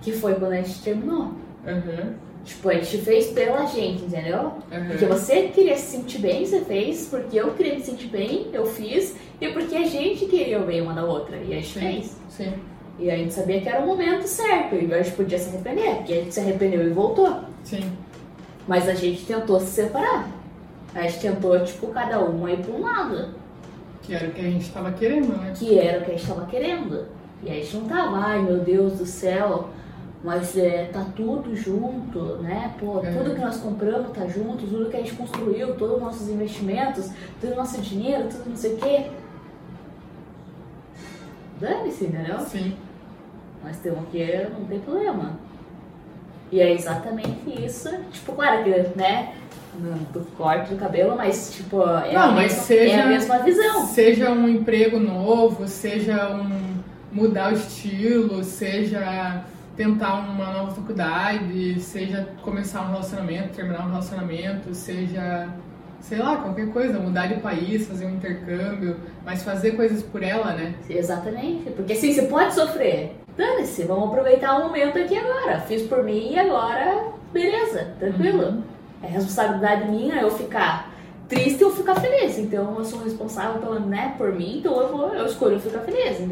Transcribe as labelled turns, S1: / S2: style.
S1: que foi quando a gente terminou.
S2: Uhum.
S1: Tipo, a gente fez pela gente, entendeu? Porque
S2: Uhum.
S1: você queria se sentir bem, você fez. Porque eu queria me sentir bem, eu fiz. E porque a gente queria o bem uma da outra. E a gente
S2: Sim.
S1: fez.
S2: Sim,
S1: E a gente sabia que era o momento certo. E a gente podia se arrepender. Porque a gente se arrependeu e voltou.
S2: sim.
S1: Mas a gente tentou se separar. A gente tentou, tipo, cada um ir pra um lado.
S2: Que era o que a gente tava querendo, né?
S1: que era o que a gente tava querendo. E a gente não tava, ai meu Deus do céu, mas é, tá tudo junto, né? Pô,
S2: É.
S1: tudo que nós compramos tá junto, tudo que a gente construiu, todos os nossos investimentos, todo o nosso dinheiro, tudo não sei o quê. Dane-se, entendeu?
S2: Sim.
S1: Nós temos que, não tem problema. E é exatamente isso. Tipo, claro que, né? no- Do corte do cabelo, mas tipo, é, a,
S2: Não, mas
S1: mesma,
S2: seja-
S1: é a mesma visão.
S2: Seja um emprego novo, seja um mudar o estilo, seja tentar uma nova faculdade, seja começar um relacionamento, terminar um relacionamento, seja sei lá, qualquer coisa, mudar de país, fazer um intercâmbio, mas fazer coisas por ela, né?
S1: Exatamente, porque assim, você pode sofrer. Dane-se, vamos aproveitar o momento aqui agora. Fiz por mim e agora, beleza, tranquilo. É responsabilidade minha eu ficar triste ou ficar feliz. Então eu sou responsável pela, né, por mim, então eu, vou, eu escolho ficar feliz.